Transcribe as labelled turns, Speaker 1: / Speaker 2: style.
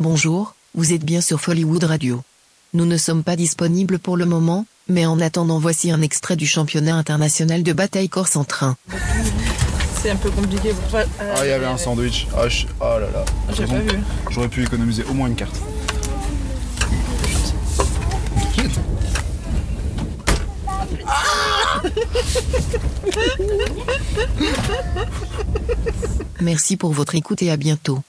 Speaker 1: Bonjour, vous êtes bien sur Follywood Radio. Nous ne sommes pas disponibles pour le moment, mais en attendant voici un extrait du championnat international de bataille corse en train.
Speaker 2: C'est un peu compliqué pour toi. Euh,
Speaker 3: Ah, il y avait un sandwich. Ah, je- ah là là.
Speaker 2: J'ai
Speaker 3: Raison.
Speaker 2: pas vu.
Speaker 3: J'aurais pu économiser au moins une carte.
Speaker 1: Merci pour votre écoute et à bientôt.